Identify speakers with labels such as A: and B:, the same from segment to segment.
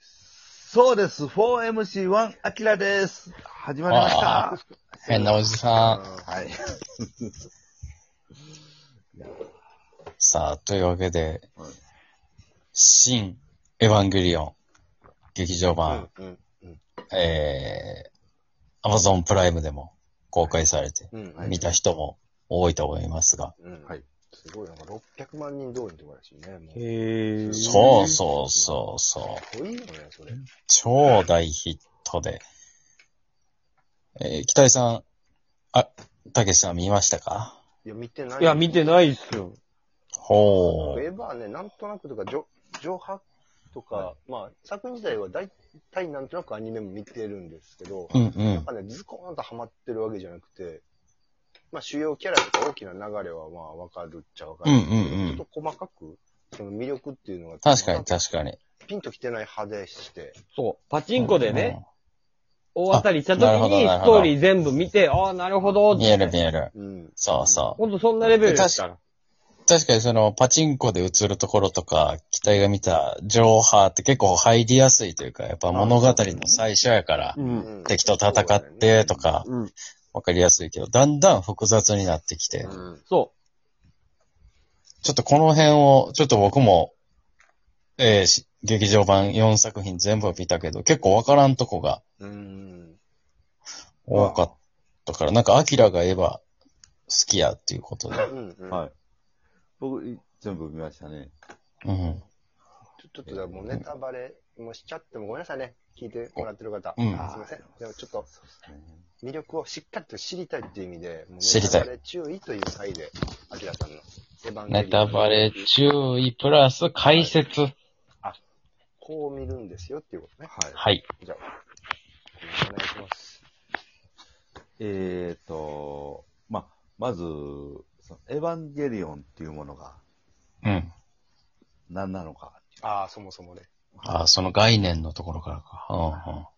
A: そうです。4MC1 アキラです。始まりました。
B: 変なおじさん。
A: はい。
B: さあ、というわけで
A: はい、
B: 新エヴァンゲリオン、劇場版、
C: うんうん
B: えー、Amazon プライムでも公開されて、
C: うん
A: はい
B: 見た人も多いと思いますが、
C: うん
A: はい
C: すごい、なんか600万人動員とからしいね。もう
D: へえ。
B: そうそうそうそう、
C: すごいよね、それ。
B: 超大ヒットで、えー、北井さん、あ、たけしさん見ましたか
C: いや、見てない。
D: いや、見てないっすよ。
B: ほ
C: エ
B: う。
C: ヴァね、なんとなくとか、上上波とか、
B: は
C: まあ、作品自体は大体なんとなくアニメも見てるんですけど、
B: うんう
C: なん
B: ん。
C: かね、ズコーンとハマってるわけじゃなくて、まあ、主要キャラとか大きな流れはまあ、わかるっちゃわかる。
B: うんうんうん
C: ちょっと細かく、その魅力っていうのが、
B: 確かに確かに。
C: ピンときてない派でして、
D: そう。パチンコでね、大当たりした時
B: あなるほど
D: に、
B: なる
D: ス
B: ほど
D: トーリー全部見て、ああ、なるほ
B: う
D: ど
B: ん。。見える見える。
C: うん。
B: そうそう。
D: ほんとそんなレベルですから。
B: 確かにそのパチンコで映るところとか、機体が見た情波って結構入りやすいというか、やっぱ物語の最初やから
D: う、ん。
C: うん
B: 敵と戦ってと、か、
D: うん。
B: わかりやすいけど、だんだん複雑になってきて
C: う、ん
D: そ
B: ちょっとこの辺を、ちょっと僕も、えーし劇場版4作品全部見たけど、結構わからんとこが
C: うん。
B: 多かったから、なんかアキラがエヴァ好きやっていうことで。
C: うんうん
A: はい。僕、い全部見ましたね。
B: うん。
C: ちょちょっとだ、もうネタバレもうしちゃってもごめんなさいね。聞いてもらってる方。
B: うん
C: すいません。でもちょっと
A: そうですね。
C: 魅力をしっかりと知りたいっていう意味で、もう
B: 知りたい
C: ネタバレ注意という回で、アキラさんのエヴァンゲリオン
B: ネタバレ注意プラス解説。
C: こう見るんですよっていうことね。
A: はい。
B: はい。
C: じゃあ、お願いします。
A: えーと、ま、まず、そのエヴァンゲリオンっていうものが
B: うん。
A: 何なのか。
C: ああ、そもそもね。
B: ああ、その概念のところからか。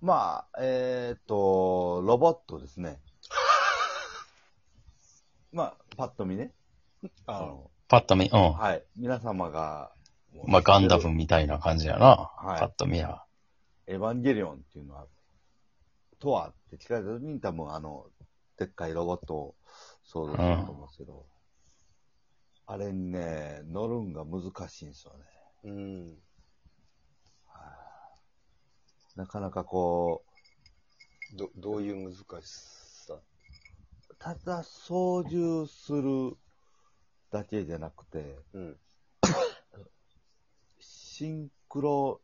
A: まあ、えーと、ロボットです ね。まあ、パッと見ね。あ
C: あ
A: の、
B: パッと見、うん。
A: はい。皆様が、
B: まあ、ガンダムみたいな感じやな。
A: はい
B: パッと見や。
A: エヴァンゲリオンっていうのは、とはって聞かれた時に多分あの、でっかいロボットを想像すると思うんですけど、あれにね、乗るんが難しいんですよね。
C: うん。
A: なかなかこ
C: ど、どういう難しさ
A: う、ただ操縦するだけじゃなくて、
C: うん。
A: シンクロ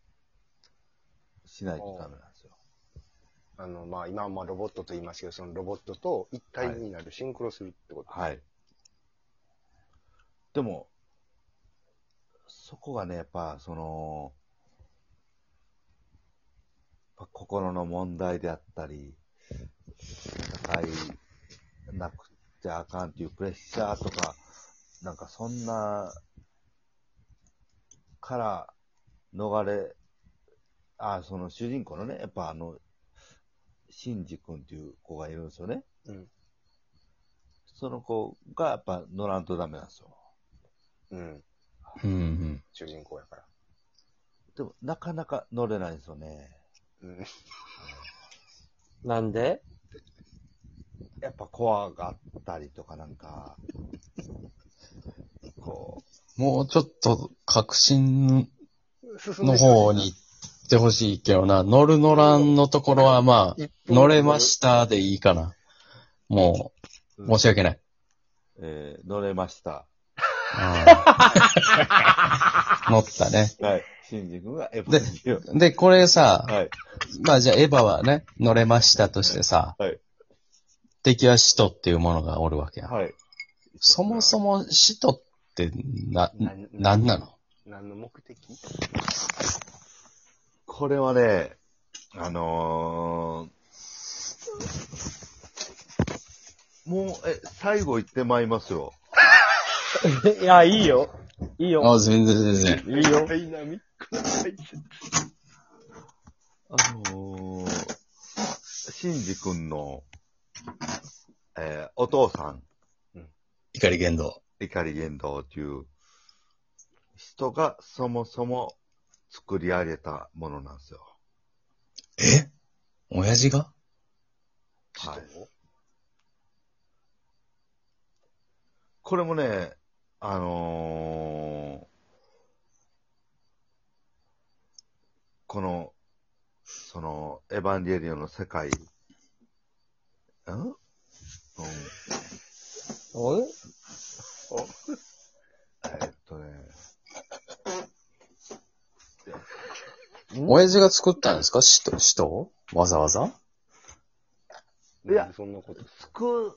A: しないとダメなんですよ。
C: あの、まあ、今はまあロボットと言いますけど、そのロボットと一体になる、シンクロするってこと。
A: はい。でも、そこがね、やっぱ、その、やっぱ心の問題であったり、戦いなくちゃあかんっていうプレッシャーとか、なんかそんな、から逃れ、あ、その主人公のね、やっぱあの、シンジ君っていう子がいるんですよね。
C: うん。
A: その子がやっぱ乗らんとダメなんですよ。
C: うん。
B: うんうん。
C: 主人公やから。
A: でも、なかなか乗れないんですよね。
C: うん。
D: なんで
A: やっぱ怖がったりとかなんか、こ
B: もうちょっと革新
C: 進んで
B: の方に行ってほしいけどな。乗る乗らんのところはまあ、乗れましたでいいかな。もう、申し訳ない。
A: う、えー乗れました。
B: 乗ったね。
A: はい。シンジ君がエヴァ
B: で
A: ンゲリオン
B: で、これさ、
A: はい。
B: まあじゃあエヴァはね、乗れましたとしてさ、
A: はい
B: 敵は使徒っていうものがおるわけや。
A: はい。
B: そもそも使徒ってな、
C: な
B: なんなの
C: 何の目的
A: これはね、あのー、もう、え、最後行ってまいりますよ。
D: いや、いいよ。いいよ。
B: あ、全然全然。
D: いいよ。
C: ダイナミックな解説。
A: あのー、シンジ君の、えーお父さん、
B: 怒り言動。
A: 怒り言動という人がそもそも作り上げたものなんですよ。
B: え親父が
A: はい。これもね、あのーこの、その、エヴァンゲリオンの世界、んうん
D: おい
A: えーっとね、
B: 親父が作ったんですか使徒使徒わざわざ
A: いや
C: なんでそんなこと。
A: 作る、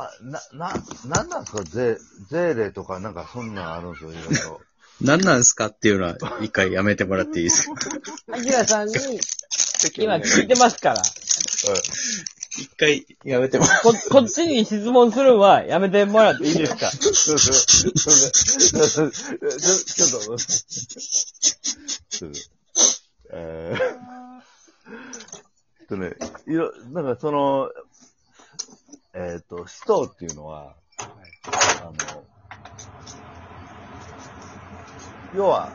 A: あ、な、な、なんなんですか税、税令とかなんかそんなんあるんですよ、いろいろ。
B: 何なんですかっていうのは、一回やめてもらっていいですか
D: アキラさんに今
C: ね
D: 聞いてますから。
B: 一回やめてもら
D: こ、こっちに質問するんはやめてもらっていいですか
A: ちょっと、ちょっと、ちょっとちょっと、えー、ちょっとね、いろ、なんかその、えっ、と、死闘っていうのは、あの、要は、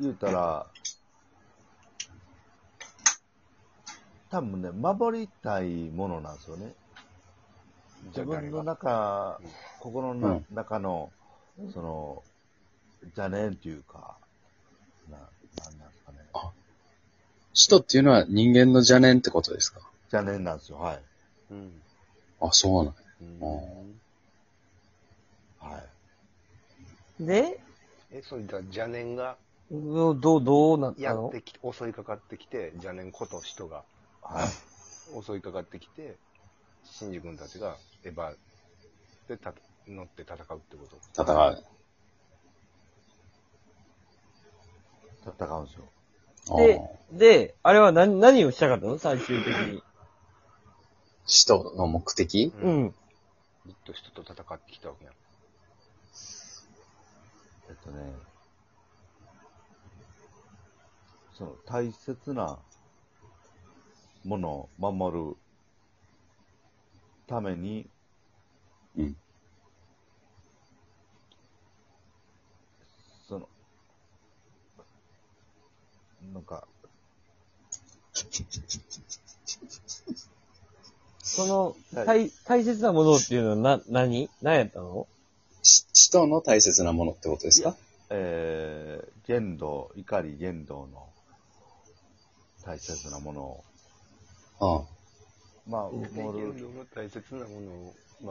A: 言うたら、多分ね、守りたいものなんですよね。自分の中、心のな、
B: うん
A: 中の、その、邪念っていうか、な、なんなんですかね。
B: 使徒っていうのは人間の邪念ってことですか
A: 邪念なんですよ、はい。
C: うん。
B: あ、そうなの
C: うん
A: はい。
D: で、
C: え、それじゃあ邪念が
D: どう、どうどうなった
C: やっ
D: の
C: てきて、襲いかかってきて、邪念こと人が
A: はい。
C: 襲いかかってきて、シンジ君たちがエヴァでた乗って戦うってこと。
B: 戦う。
A: 戦うんですよ。
D: で
B: ああ、
D: で、あれは何、何をしたかったの最終的に。
B: 使徒の目的
D: う。ん。
C: ずっと人と戦ってきたわけやん。
A: えっとね、その大切なものを守るために、
B: うん
A: その、なんか、
D: その、
A: は
D: 大、大切なものっていうのはな、何何やったの
B: し使徒の大切なものってことですか
A: えー、言動、怒り言動の大切なものを、
B: ああ
A: まあ、
C: 人
A: 守る
C: 間の大切なもの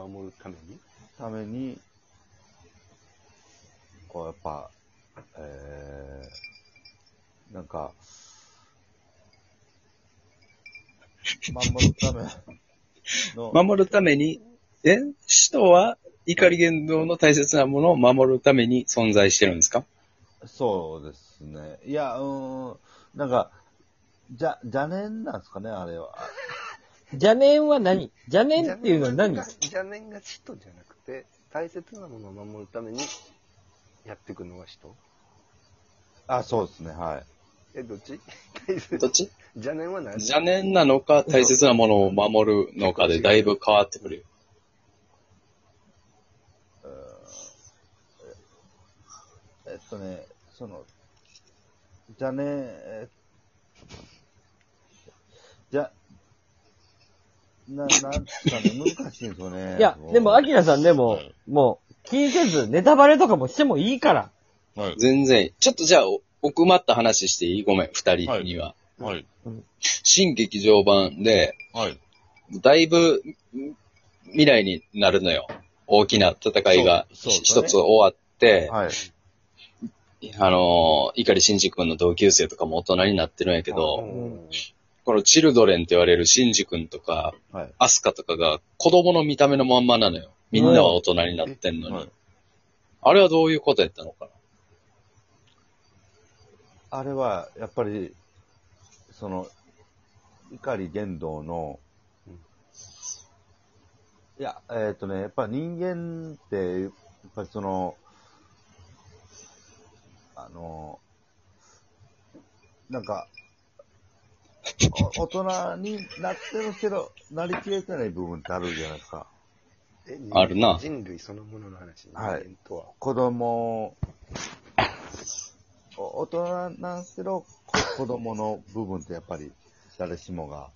C: を守るために
A: ために、こうやっぱ、えー、なんか、守るための、
B: 守るために、え使徒は怒り言動の大切なものを守るために存在してるんですか
A: そうですね。いや、うーん、なんか、じゃ、邪念なんですかね、あれは。
D: 邪念は何邪念っていうのは何
C: 邪念が人じゃなくて、大切なものを守るためにやっていくのが人
A: あ、そうですね、はい。
C: え、どっち大切
B: どっち
C: 邪念は何
B: 邪念なのか大切なものを守るのかでだいぶ変わってくるよ。
A: えっとね、その、邪念、えじゃ、な、なんつったね、難しいんですよね。
D: いや、でも、アキラさんでも
A: はい、
D: もう、気にせず、ネタバレとかもしてもいいから。
A: はい。
B: 全然。ちょっとじゃあ、お奥まった話していいごめん、二人には。
A: はい。
B: 新劇場版で、
A: はい。
B: だいぶん未来になるのよ。大きな戦いが
A: そうそう
B: ひ
A: だ
B: 一
A: ね
B: つ終わって、
A: はい。
B: あのー、碇慎二君の同級生とかも大人になってるんやけど、
C: うん
B: このチルドレンって言われるシンジ君とか、
A: はい
B: アスカとかが子供の見た目のまんまなのよ。みんなは大人になってんのに。
A: はい
B: あれはどういうことやったのか
A: あれは、やっぱり、その、怒り言動の
C: うん、
A: いや、えっ、とね、やっぱ人間って、やっぱりその、あの、なんか、お大人になってるけど、なりきれてない部分ってあるじゃないですか。
C: え
E: あるな
C: 人類そのものの話。
A: はい
C: 人間とは。
A: 子供、お大人なんですけど、こ子供の部分ってやっぱり誰しもが、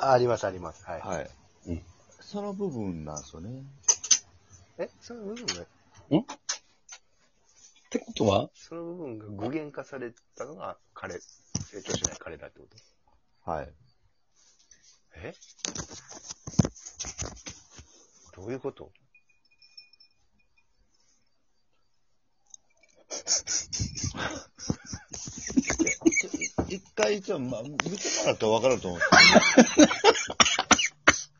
C: あ、あります、あります。はい。
A: はい。
E: うん
A: その部分なんですよね。
C: え、その部分が、
E: てことは、
C: その部分が具現化されたのが彼、成長しない彼だってこと
A: はい。
C: えどういうこと
A: 一回一応、まあ、見てもらったらわかると思うんです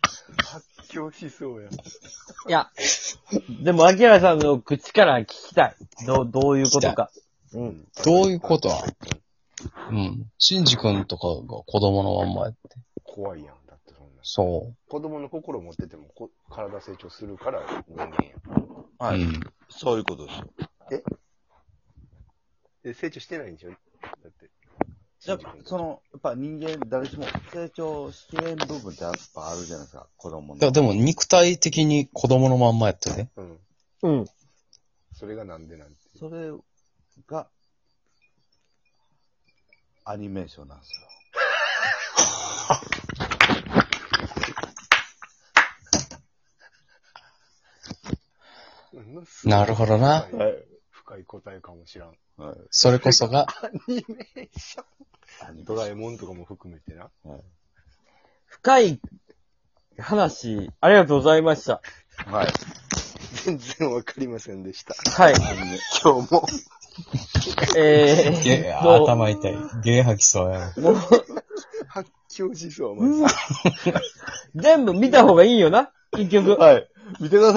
C: 発狂しそうや。
D: いや、でも、アキラさんの口から聞きたい。どう、どういうことか。うん。
B: どういうことはうん。シンジ君とかが子供のまんまやって。
C: 怖いやん。だってそんな。
B: そ
C: 子供の心を持っててもこ体成長するから人間やん。
A: け
B: う。
A: ど。はい。
B: うん。
A: そういうことですよ。
C: え成長してないんでしょだって。
A: やっぱ、その、やっぱ人間、誰しも成長してる部分ってやっぱあるじゃないですか、子供
B: いや、
A: の。
B: でも肉体的に子供のまんまやってね。
C: うん。
D: うん。
C: それがなんでなんて。
A: それが、アニメーションなんですよ。
B: なるほどな
C: 深い深い答えかもしらん。
A: はい。
B: それこそが、
C: アニメーショ
A: アニメ
C: ン。ドラえもんとかも含めてな。
D: 深い話、ありがとうございました。
A: はい。
C: 全然わかりませんでした。
D: はい。
C: 今日 も。
D: え
B: ゲ
D: ー、もう
B: 頭痛い。ゲー吐きそうや
D: もう、
C: 発狂しそう、マジで
D: 全部見た方がいいよな、結局。
A: はい。見てください。